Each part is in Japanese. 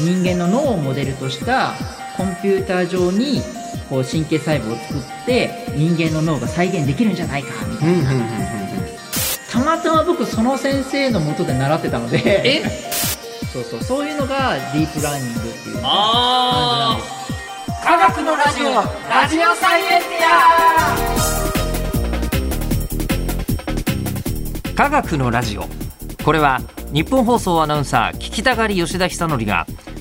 人間の脳をモデルとしたコンピューター上にこう神経細胞を作って人間の脳が再現できるんじゃないかみたいな、うんうんうんうんうんたまたま僕その先生のもとで習ってたのでえ そうそうそういうのがディープラーニングっていう感じなんあですあ科学のラジオラジオサイエンティア科学のラジオこれは日本放送アナウンサー聞きたがり吉田久典が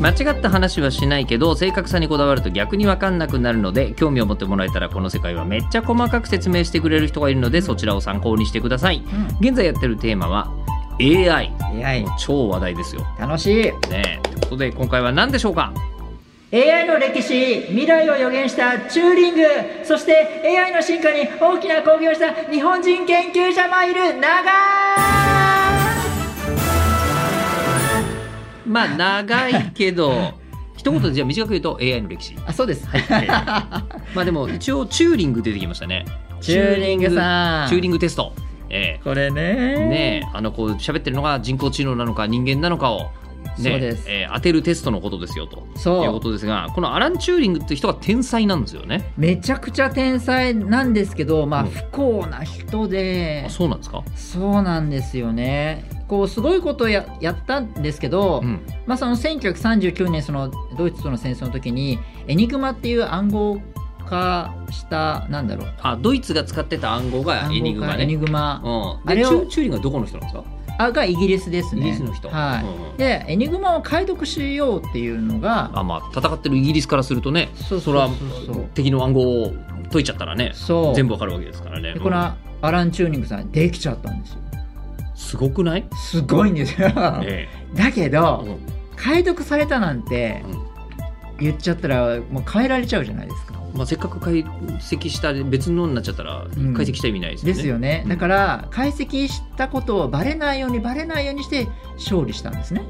間違った話はしないけど正確さにこだわると逆に分かんなくなるので興味を持ってもらえたらこの世界はめっちゃ細かく説明してくれる人がいるのでそちらを参考にしてください現在やってるテーマは AI うん、AI もう超話題ですよ楽しいねえということで今回は何でしょうか AI の歴史未来を予言したチューリングそして AI の進化に大きな貢献をした日本人研究者もいる長まあ長い けど一言でじゃあ短く言うと AI の歴史あそうですまあでも一応チューリング出てきましたねチューリングさんチューリングテストええ これねねえあのこう喋ってるのが人工知能なのか人間なのかを、ねそうですえー当てるテストのことですよとそういうことですがこのアラン・チューリングって人が天才なんですよね。めちゃくちゃ天才なんですけどまあうん不幸な人であ、そうなんですか、そうなんですよねこうすごいことをややったんですけど、うんまあ、その1939年そのドイツとの戦争の時にエニグマっていう暗号化したなんだろうあドイツが使ってた暗号がエニグマエニね。グマうん、あでれチをューチューリングはどこの人なんですかあがイギリスですイねギリスの人。はい、うんうんでエニグマを解読しようっていうのがあまあ戦ってるイギリスからするとねそうそれはそうそう敵の暗号を解いちゃったらねそう全部わかるわけですからね。でこうのんアラン・チューニングさんできちゃったんですよすごくない、すごいんですよ、えだけえど、うん解読されたなんてうん言っちゃったらもう変えられちゃうじゃないですかまあ、せっかく解析した別のになっちゃったらん解析した意味ないですよね。ですよねうんだから解析したことをバレないようにバレないようにして勝利したんですね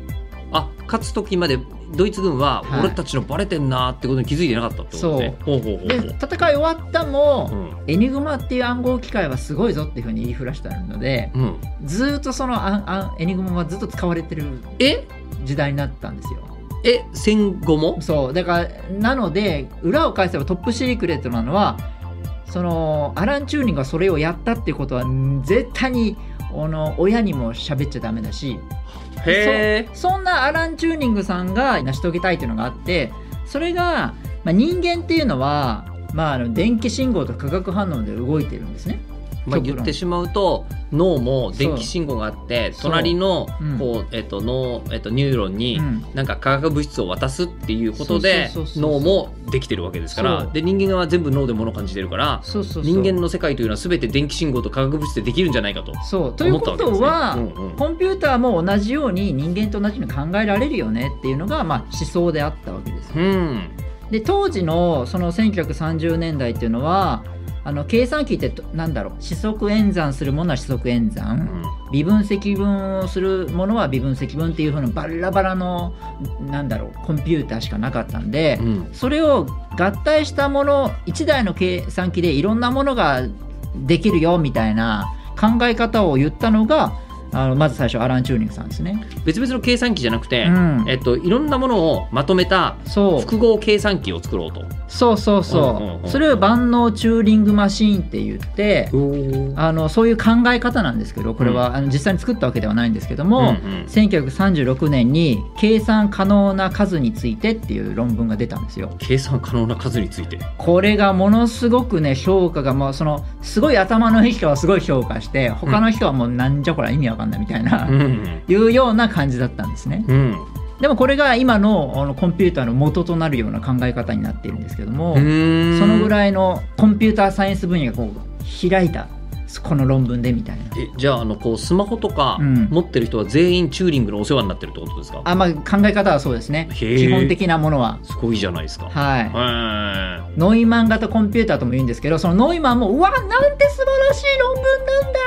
あ勝つ時までドイツ軍ははい俺たちのバレてんなーってことに気づいてなかったってことね。ほうほうほうでほ戦い終わったも、うエニグマっていう暗号機械はすごいぞっていうふうに言いふらしてあるのでうんうん、ずーっとそのあんあんエニグマはずっと使われてるえ時代になったんですよえ戦後もそうだからなので裏を返せばトップシークレットなのはそのアラン・チューニングがそれをやったっていうことはん絶対にあの親にも喋っちゃダメだしへえそんなアラン・チューニングさんが成し遂げたいというのがあってそれが、まあ、人間っていうのは、まあ、あの電気信号と化学反応で動いてるんですね。まあ、極論言ってしまうと脳も電気信号があってそう隣のうんこう、えっと脳えっとニューロンに、うんなんか化学物質を渡すっていうことでそうそうそうそう脳もできてるわけですからそうで人間側は全部脳で物を感じてるからそうそうそう人間の世界というのは全て電気信号と化学物質でできるんじゃないかとそうとい思うったこわけとですね。は、うんうんコンピューターも同じように人間と同じように考えられるよねっていうのが、まあ、思想であったわけです。うんで当時のその1930年代っていうのはあの計算機ってとなんだろう四則演算するものは四則演算。微分積分をするものは微分積分っていう風なバラバラのなんだろうコンピューターしかなかったんで、うんそれを合体したもの1台の計算機でいろんなものができるよみたいな考え方を言ったのがあのまず最初アラン・チューニングさんですね。別々の計算機じゃなくて、うんえっと、いろんなものをまとめたそう複合計算機を作ろうと。そうそうそう,、うんうんうんそれを万能チューリングマシーンって言ってあのそういう考え方なんですけどこれは、あの実際に作ったわけではないんですけども、うんうん1936年に計算可能な数についてっていう論文が出たんですよ。計算可能な数について。これがものすごくね評価がもうそのすごい頭のいい人はすごい評価して他の人はもうなんじゃこりゃ意味わかんないみたいな、うんいうような感じだったんですね。うんでもこれが今のあのコンピューターの元となるような考え方になっているんですけども、うんそのぐいらいのコンピューターサイエンス分野がこう開いたこの論文でみたいな。えじゃああのこうスマホとかうん持ってる人は全員チューリングのお世話になってるってことですか、あまあ、考え方はそうですね。へえ基本的なものは。すごいじゃないですか、はい。へーノイマン型コンピューターとも言うんですけど、そのノイマンも、うわ、なんて素晴らしい論文なんだ、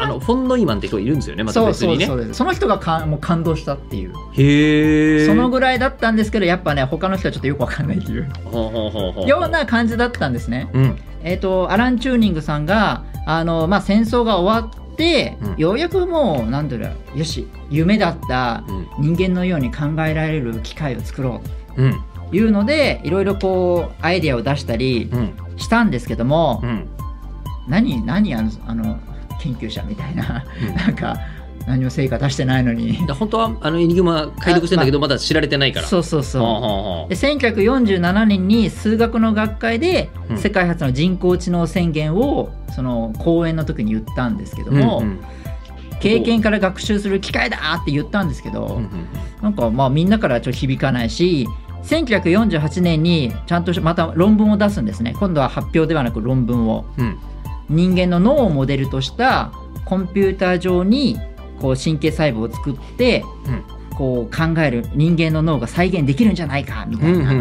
あのフォン・ノイマンって人いるんですよねまたそう別そにうねそうです。その人がかもう感動したっていう、へえそのぐらいだったんですけど、やっぱね、他の人はちょっとよくわかんないっていうほうほうほうほうような感じだったんですね。うんえっ、と、アラン・チューニングさんが、あの、まあ、戦争が終わって、うんようやくもう、なんだろう、よし、夢だったうん人間のように考えられる機会を作ろううんというので、いろいろこう、アイデアを出したりうんしたんですけども、うん何、何、あの、あの研究者みたいな、 うんなんか、何も成果出してないのに。で本当はあのエニグマ解読してんだけどまだ知られてないからそうそうそう。ほうほうほうで1947年に数学の学会でうん世界初の人工知能宣言をその講演の時に言ったんですけども、うんうん経験から学習する機会だーって言ったんですけど、うんうんなんかまあみんなからちょっと響かないし1948年にちゃんとしまた論文を出すんですね今度は発表ではなく論文をうん人間の脳をモデルとしたコンピューター上にこう神経細胞を作ってうんこう考える人間の脳が再現できるんじゃないかみたいな、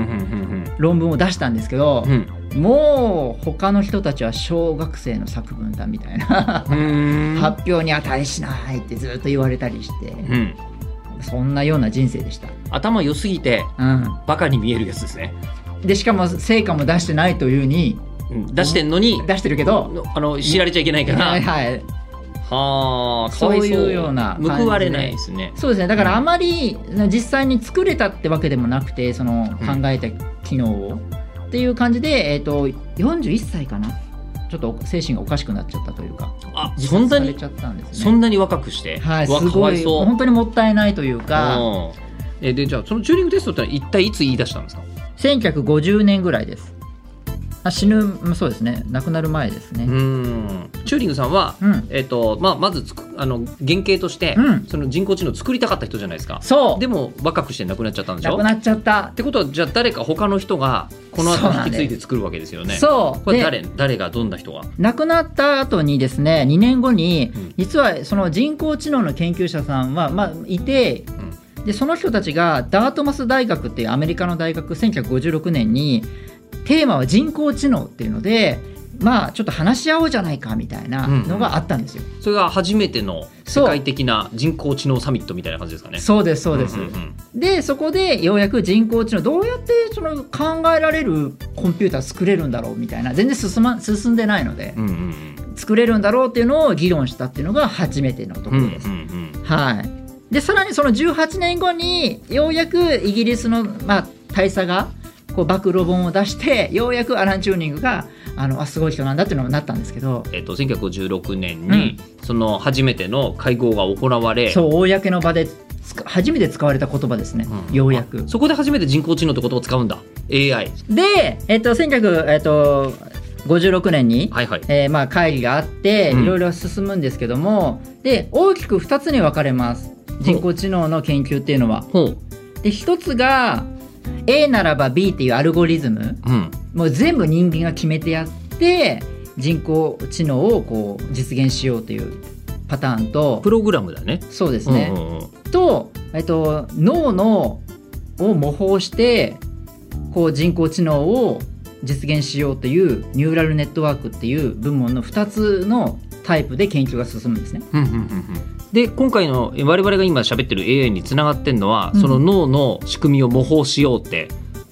論文を出したんですけど、もう他の人たちは小学生の作文だみたいな発表に値しないってずっと言われたりしてうんそんなような人生でした、頭良すぎてうバカに見えるやつですね、ん、でしかも成果も出してないというに出してんのに出してるけどあの知られちゃいけないからはいはいはあかわそういいうような感じで報われないですねそうですねだからあまり実際に作れたってわけでもなくてそのうん考えた機能を、っていう感じで、えー、と41歳かなちょっと精神がおかしくなっちゃったというかあ自そん殺なされにちゃったんですねそんなに若くして、はい、うわすかわごいいそう本当にもったいないというかうんえでじゃあそのチューリングテストってのは一体いつ言い出したんですか1950年ぐらいですあ死ぬうんそうですね亡くなる前ですうねんチューリングさんは、うん、えっとまあ、まずつくあの原型として、うんその人工知能を作りたかった人じゃないですかそうでも若くして亡くなっちゃったんでしょ亡くなっちゃったっ、てことはじゃあ誰か他の人がこの後そう引なんきです継いで作るわけですよねそうこれで誰誰がどんな人が亡くなった後にですね2年後に、うん実はその人工知能の研究者さんは、まあ、いて、でその人たちがダートマス大学っていうアメリカの大学1956年にテーマは人工知能っていうのでまあちょっと話し合おうじゃないかみたいなのがあったんですよ。それが初めての世界的な人工知能サミットみたいな感じですかねそうですそうです、んんんでそこでようやく人工知能どうやってその考えられるコンピューター作れるんだろうみたいな全然進,、ま、進んでないのでうんうん作れるんだろうっていうのを議論したっていうのが初めてのとこうんうんろです。うんはい、でさらにその18年後にようやくイギリスの、まあ、大佐がこう暴露本を出してようやくアラン・チューニングがあのあすごい人なんだっていうのになったんですけどえっと、1956年に、その初めての会合が行われそう公の場でつか初めて使われた言葉ですね、うんようやくあ。そこで初めて人工知能って言葉を使うんだ AI で、えっと、1956、えっと、56年に、はいはいえーまあ、会議があってうんいろいろ進むんですけども、で大きく2つに分かれます人工知能の研究っていうのは。ほうで1つが A ならば B っていうアルゴリズムうんもう全部人間が決めてやって人工知能をこう実現しようというパターンとプログラムだねそうですね、うんうんうんと、えっと、脳のを模倣してこう人工知能を実現しようというニューラルネットワークっていう部門の2つのタイプで研究が進むんですね。うんうんうんうんで今回のえ我々が今喋ってる AI につながってんのは、うんその脳の仕組みを模倣しようって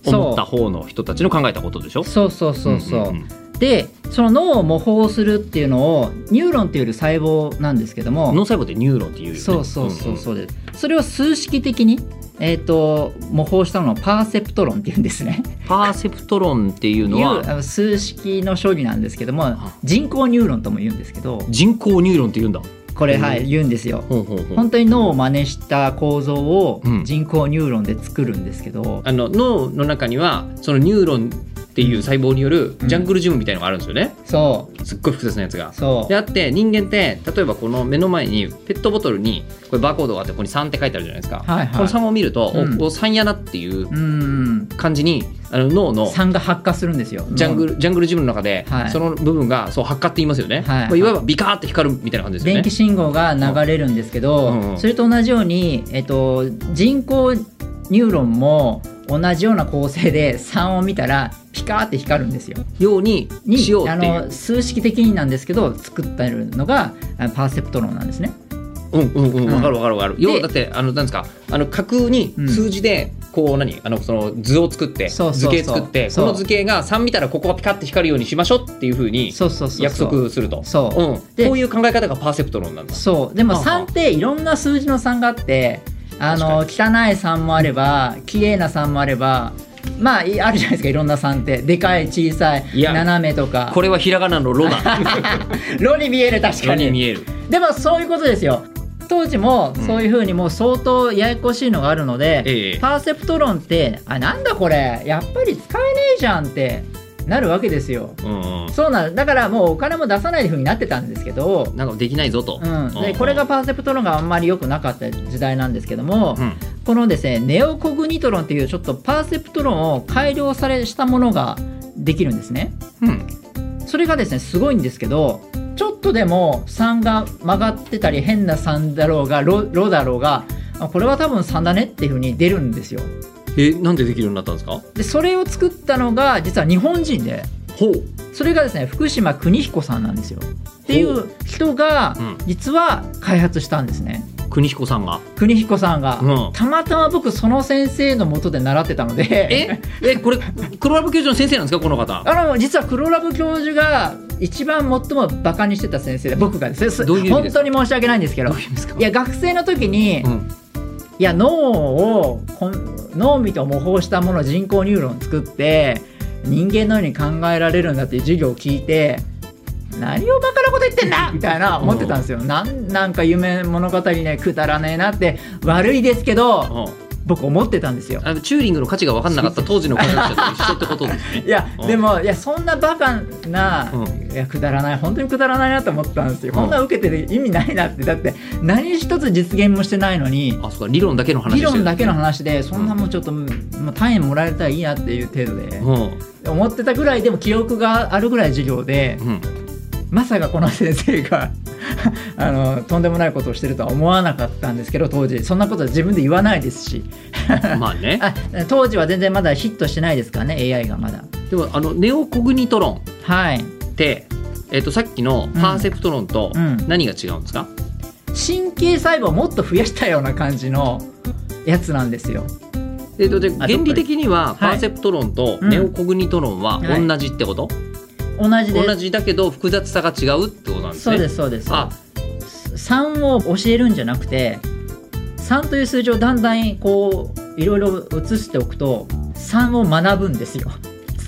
思った方の人たちの考えたことでしょそうそうそうそう。んんんでその脳を模倣するっていうのをニューロンっていうより細胞なんですけども脳細胞ってニューロンっていうよねそうそうそうそうです、それを数式的に、えー、と模倣したのをパーセプト論っていうんですねうんうんパーセプトロンっていうのいうはあの数式の処理なんですけどもあ人工ニューロンとも言うんですけど人工ニューロンって言うんだこれ、はうんい、言うんですよほうほうほう本当に脳を真似した構造をうん人工ニューロンで作るんですけど、あの脳の中にはそのニューロンっていう細胞によるジャングルジムみたいのがあるんですよね、そうすっごい複雑なやつが。そであって人間って例えばこの目の前にペットボトルにこれバーコードがあってここに3って書いてあるじゃないですか、はいはいこの3を見ると、おうんお3やなっていうううん感じにあの脳の酸が発火するんですよジャングルジャングルジムの中で、はいその部分がそう発火って言いますよね、はいまあ、いわばビカーって光るみたいな感じですよね電気信号が流れるんですけど、うんうんそれと同じように、えっと、人工ニューロンも同じような構成で3を見たらピカーって光るんですよ。ようににしようあっていうの数式的になんですけど作ってるのがあパーセプトロンなんですね。うんうんうんうんわかるわかるわかるで要はだってあのなんですかあの架空にうん数字でこう何あのその図を作ってそう図そうそう形作ってこそうの図形が3見たらここがピカって光るようにしましょうっていうふうにそうそうそうそう約束するとそううん、でこういう考え方がパーセプトロンなんだそうでもはあはあ3っていろんな数字の3があってあの汚い3もあれば綺麗な3もあればまあいあるじゃないですかいろんな3ってでかい小さいいや斜めとかこれはひらがなのロだロに見える確ロかにに見えるでもそういうことですよ当時もそういうふうにもう相当ややこしいのがあるので、ええパーセプト論ってあなんだこれやっぱり使えねえじゃんってなるわけですようんうんそうなんだからもうお金も出さないふうになってたんですけど、なんかできないぞと、うん、でこれがパーセプト論があんまり良くなかった時代なんですけども、うんこのですねネオコグニトロンっていうちょっとパーセプト論を改良されしたものができるんですねうんそれがですねすごいんですけどちょっとでも3が曲がってたり変な3だろうがロロだろうがあこれは多分3だねっていう風に出るんですよえなんでできるようになったんですかでそれを作ったのが実は日本人でほうそれがですね福島邦彦さんなんですよっていう人がうん実は開発したんですね邦彦さんが邦彦さんが、うんたまたま僕その先生のもとで習ってたのでええこれ黒ラブ教授の先生なんですかこの方あの実は黒ラブ教授が一番最もバカにしてた先生で僕がですすどういう意味で本すか当に申し訳ないんですけどいうんです かいや学生の時に、うんいや脳をこん脳みと模倣したものを人工ニューロン作って人間のように考えられるんだっていう授業を聞いて何をバカなこと言ってんだ みたいな思ってたんですよ。なんなんか夢物語ねくだらねえなって悪いですけどうん僕思ってたんですよ。あのチューリングの価値が分かんなかった当時の科学者と一緒ってことですね。 いやうんでもいやそんなバカな、うんいやくだらない本当にくだらないなと思ったんですよ、うんこんな受けてて意味ないなってだって何一つ実現もしてないのにあ、そうか、理論だけの話理してる論だけの話でそんなもうちょっと、もう単位もらえたらいいなっていう程度で、思ってたぐらいでも記憶があるぐらい授業でうん。うん。まさかこの先生が あのとんでもないことをしてるとは思わなかったんですけど当時そんなことは自分で言わないですしまあね。あ当時は全然まだヒットしてないですからね AI がまだでも、あの、ネオコグニトロンはいって、えっ、と、さっきのパーセプトロンとうんうん何が違うんですか、神経細胞をもっと増やしたような感じのやつなんですよえっと、で、あ原理的には、パーセプトロンとうんネオコグニトロンははい同じってこと、同じです同じだけど、複雑さが違うってことなんですそうね。。ですすそうですあ、 3を教えるんじゃなくて3という数字をだんだんこういろいろ移しておくと3を学ぶんですよ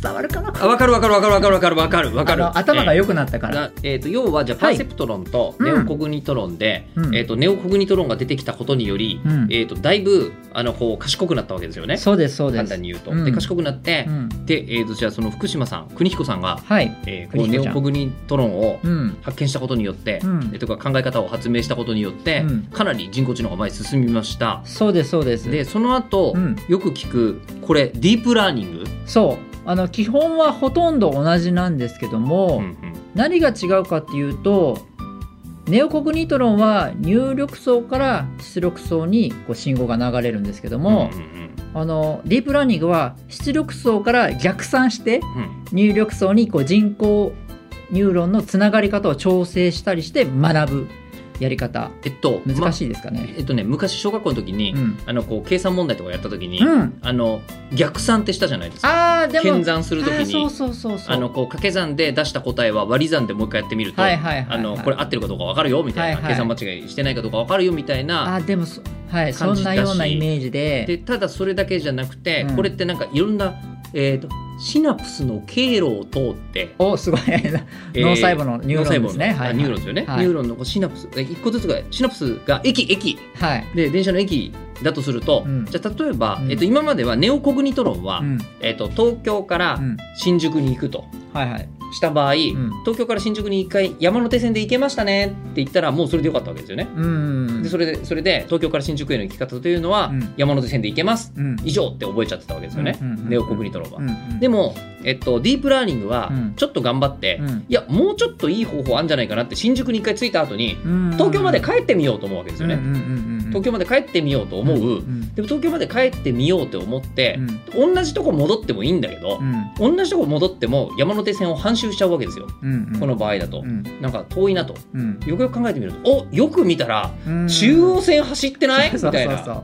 伝わるかなあわかるわかるわかるわかるわかるわかるわかある。の頭がよ良くなったから、だえー、と要はじゃあパはいーセプトロンとうんネオコグニトロンで、うんえー、とネオコグニトロンが出てきたことにより、うんえー、とだいぶあのこう賢くなったわけですよねそうですそうで簡す単に言うと。うんで賢くなって、うん、で、えー、とじゃあその福島さん邦彦さんが、はいえーこ邦のネ彦オちゃんコグニトロンをうん発見したことによって、うんえーとか考え方を発明したことによって、うんかなり人工知能が前に進みました。そうですそうですでその後、うんよく聞くこれディープラーニング、そうあの基本はほとんど同じなんですけども、うんうん何が違うかっていうとネオコグニトロンは入力層から出力層にこう信号が流れるんですけども、うんうんあのディープラーニングは出力層から逆算してうんうん入力層にこう人工ニューロンのつながり方を調整したりして学ぶやり方えっと難い、しいですかまね、えっとね昔小学校の時に、うん、あのこう計算問題とかやった時に、うん、あの逆算ってしたじゃないですか。あーでも検算する時あーそにうそうそうそうあのこう掛け算で出した答えは割り算でもう一回やってみると、はいはいはいはいあのこれ合ってるかどうかわかるよみたはいな、いはい計算間違いしてないかどうかわかるよみたいなあ。ーでもそ,、はい、そ感んじだなしようなイメージででただそれだけじゃなくて、うんこれってなんかいろんなえーとシナプスの経路を通っておすごい 脳細胞のニューロンですね脳細胞のはいあニューロンですよね、はいニューロンのこうシナプスえ一個ずつがシナプスが駅駅はいで電車の駅だとすると、うんじゃあ例えば、うんえっと、今まではネオコグニトロンは、うんえっと、東京からうん新宿に行くとはいはいした場合、ん東京から新宿に一回山手線で行けましたねって言ったらもうそれでよかったわけですよね。うんでそれでそれで東京から新宿への行き方というのは、うん山手線で行けますうん以上って覚えちゃってたわけですよね、うんうんうんネオコグニトロンは。うんでも、えっと、ディープラーニングはうんちょっと頑張って、うんいやもうちょっといい方法あるんじゃないかなって新宿に一回着いた後にうん東京まで帰ってみようと思うわけですよね。うんうんうんうん東京まで帰ってみようと思う、んでも東京まで帰ってみようって思って、同じとこ戻ってもいいんだけどう、ん同じとこ戻っても山手線を半周しちゃうわけですよ、うんうんこの場合だうと、んなんか遠いなとうんよくよく考えてみるとおよく見たらうん中央線走ってない、そうそうそうみたいな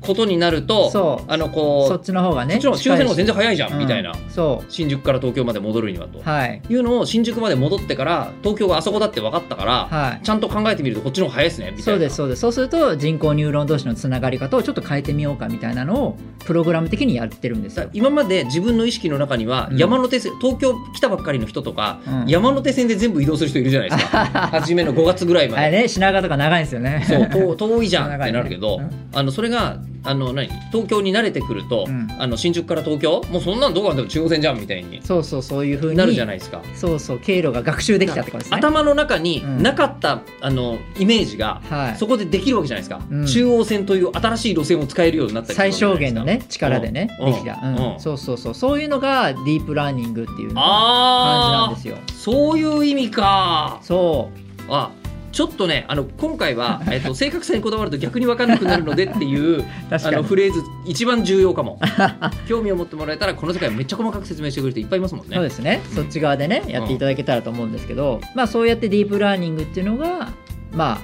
ことになるとそうあのそこっちの方がうねそっちの中央線の方が全然早いじゃん、近いしみたいなうんそ新宿から東京まで戻るにはとう、はいいうのを新宿まで戻ってから東京があそこだって分かったから、はいちゃんと考えてみるとこっちの方が早いですねみたそいうでなすそうですそうすると人工ニューロン同士のつながり方をちょっと変えてみようかみたいなのをプログラム的にやってるんですだよ、今まで自分の意識の中にはうん山手線、東京来たばっかりの人とか、うん山手線で全部移動する人いるじゃないです か初めの5月ぐらいまあれで。ね品川とか長いんですよねそう遠遠いじゃんっ長ていねなるけど、うんあのそれがあの何東京に慣れてくると、うんあの新宿から東京もうそんなんどこなんでも中央線じゃんみたいに そうそうそういう風になるじゃないいですか。そうそう経路が学習できたってことですね頭の中にうんなかった、あのイメージが、はいそこでできるわけじゃないですか、うん中央線という新しい路線を使えるようになったりするわ最けじゃな小いです限かのね力でねうでんきた、うんうんそうそうそうそういうのがディープラーニングっていう感じなんあですよあそういう意味かそうあちょっとねあの今回 は、えっと、正確さにこだわると逆に分かんなくなるのでっていう確あかのにフレーズ一番重要かも 興味を持ってもらえたらこの世界めっちゃ細かく説明してくれる人いっぱいいますもんねそうですね、うんそっち側でねやっていただけたらと思うんですけど、まあそうやってディープラーニングっていうのがまあ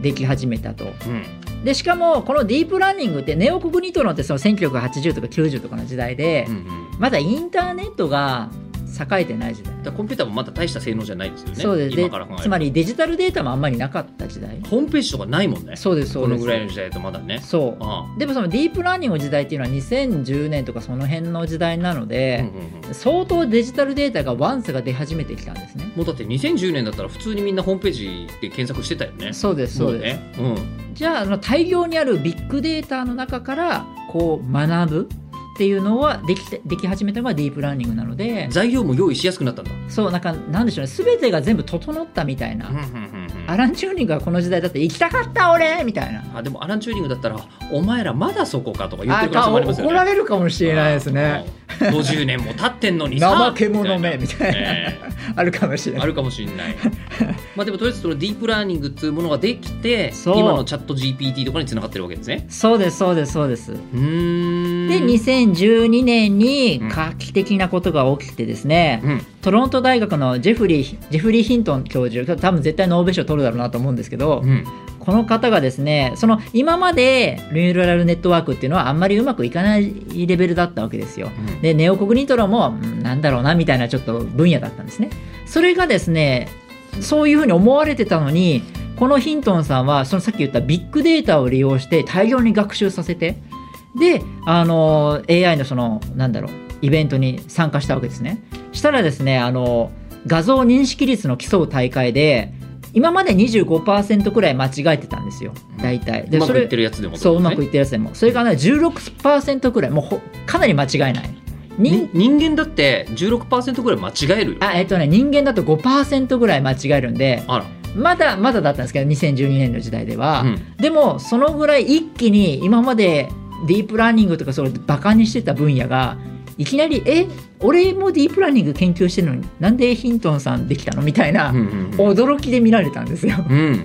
でき始めたとうんでしかもこのディープラーニングってネオコグニトロンってその1980とか90とかの時代で、うんうんまだインターネットが栄えてない時代、だからコンピューターもまだ大した性能じゃないですよねそうです今でから考えるつまりデジタルデータもあんまりなかった時代とホームページとかないもんねそうですそこうでのすぐらいの時代だとまだねそうあでもそのディープラーニングの時代っていうのは2010年とかその辺の時代なのあ、うんうでん、うん相当デジタルデータがワンスが出始めてきたんですね。もうだって2010年だったら普通にみんなホームページで検索してたよねそうですそうです、もうね、じゃああの大量にあるビッグデータの中からこう学ぶっていうのはできてでき始めたのがディープラーニングなのうでん、材料も用意しやすくなったんだそうなんかなんでしょうね全てが全部整ったみたいな、うんうんうんうんアラン・チューリングがこの時代だって行きたかった俺みたいなあでもアラン・チューリングだったら「お前らまだそこか」とか言ってある可能性もありますよね。怒られるかもしれないですねあ。もう50年も経ってんのにさ怠け者めみたいな、ええあるかもしれないあるかもしれ ない。まあでもとりあえずそのディープラーニングっていうものができてそう今のチャット GPT とかにつながってるわけですね。そうですそうですそうですうーんで2012年に画期的なことが起きてですね、うんトロント大学のジェフリージェフリー・ヒントン教授多分絶対ノーベル賞取るだろうなと思うんですけど、うんこの方がですねその今までニューラルネットワークっていうのはあんまりうまくいかないレベルだったわけですよ。うんでネオコグニトロもうんなんだろうなみたいなちょっと分野だったんですね。それがですねそういうふうに思われてたのにこのヒントンさんはそのさっき言ったビッグデータを利用して大量に学習させてであの AI のそのなんだろうイベントに参加したわけですね。したらですねあの画像認識率の競う大会で今まで25%くらい間違えてたんですよ大体。でうまそくれいってるやつでもそううまくいいってるやつでもそれがね16%くらいもうほかなり間違いない人人間だって16%ぐらい間違えるよ。あえっとね人間だと5%ぐらい間違えるんであまだまだだったんですけど2012年の時代では、ら、うんでもそのぐらい一気に今までディープラーニングとかそれバカにしてた分野がいきなり「え俺もディープラーニング研究してるのになんでヒントンさんできたの?」みたいな、うんうん驚きで見られたんですよ。うん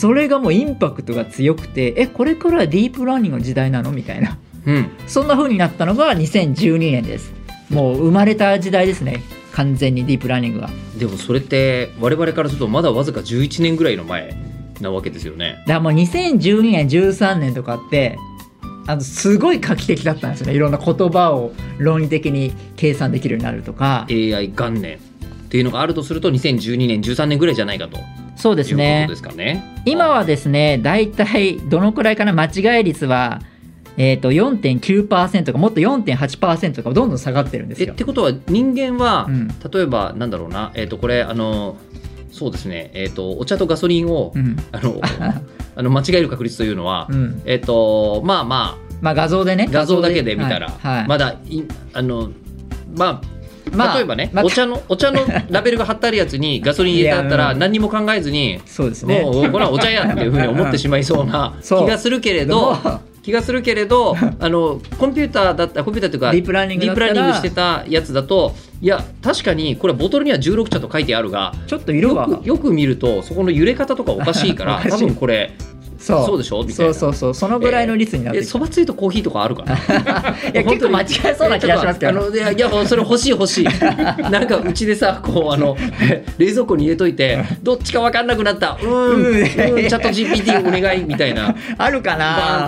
それがもうインパクトが強くて「えこれからディープラーニングの時代なの?」みたいな。うんそんな風になったのが2012年です。もう生まれた時代ですね。完全にディープラーニングが。でもそれって我々からするとまだわずか11年ぐらいの前なわけですよね。だからもう2012年、13年とかって、あの、すごい画期的だったんですよね。いろんな言葉を論理的に計算できるようになるとか。 AI 元年っていうのがあるとすると2012年13年ぐらいじゃないかとそうですいうねことで。すかね。今はですね、大体どのくらいかな、間違い率はえー、と4.9%とかもっと4.8%とかどんどん下がってるんですえよっ。てことは人間は、うん例えばなんだろうなえっ、とこれあのそうですねえっ、とお茶とガソリンを、うんあのあの間違える確率というのは、うんえっ、とまあままあ、画像でねあ画像だけで見たら、はいはいまだいあのまあまあ例えばね、まあお 茶のお茶のラベルが貼ってあるやつにガソリン入れてあったいやらうん何にも考えずに、そうですね。もうこれはお茶やっていうふうに思ってしまいそうな 気そうがするけれど気がするけれ どあのコンピューターだったコンピューターというかディープラーニングディだーっプたラらーニングしてたやつだといや確かにこれボトルには16茶と書いてあるがちょっと色よがくよく見るとそこの揺れ方とかおかしい かおらかしい多分これそうそうでしょみたいそうなそうそうそのぐらいの率になってえきたそばついとコーヒーとかあるかないや結構間違えそうな気がしますけいやちどょっとあのいやいやもうそれ欲しい 欲しいなんかうちでさこうあの冷蔵庫に入れといてどっちか分かんなくなったうーんううーんーんチャット GPT お願いみたいな あるかバーン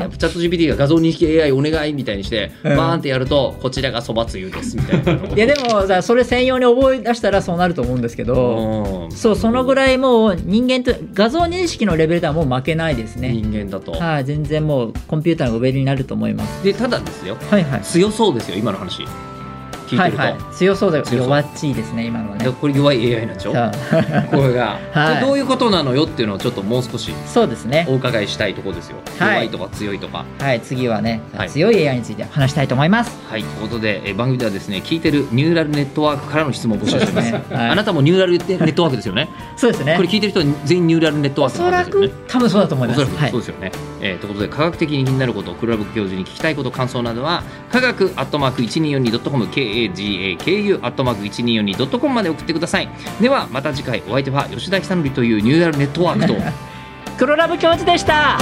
なってチャット GPT が画像認識 AI お願いみたいにして、うんバーンってやるとこちらがそばつゆですみたいなのをいやでもさそれ専用に覚え出したらそうなると思うんですけど うんそうそのぐらいもう人間と画像認識のレベルではもう負けないですね人間だと、はい全然もうコンピューターの上になると思いますでただですよはいはい強そうですよ今の話聞いはていると、はい強そうだよ強そう弱っちいですね今のはでねこれ弱い AI なんでしょさあ これが、はいこれどういうことなのよっていうのをちょっともう少しそうですねお伺いしたいところですよ、はい弱いとか強いとかはい次はねはい強い AI について話したいと思いますはいということでえ番組ではですね聞いてるニューラルネットワークからの質問を募集していますそうですねはいあなたもニューラルネットワークですよねそうですねこれ聞いてる人は全員ニューラルネットおワークのそ方でらすよねく多分そうだと思いおまそすらくはいそうですよね。えーということで科学的に気になることクラブ教授に聞きたいこと感想などは科学アットマーク 1242.com kagaku アットマーク 1242.com まで送ってくださいではまた次回お相手は吉田久典というニューラルネットワークと黒ラブ教授でした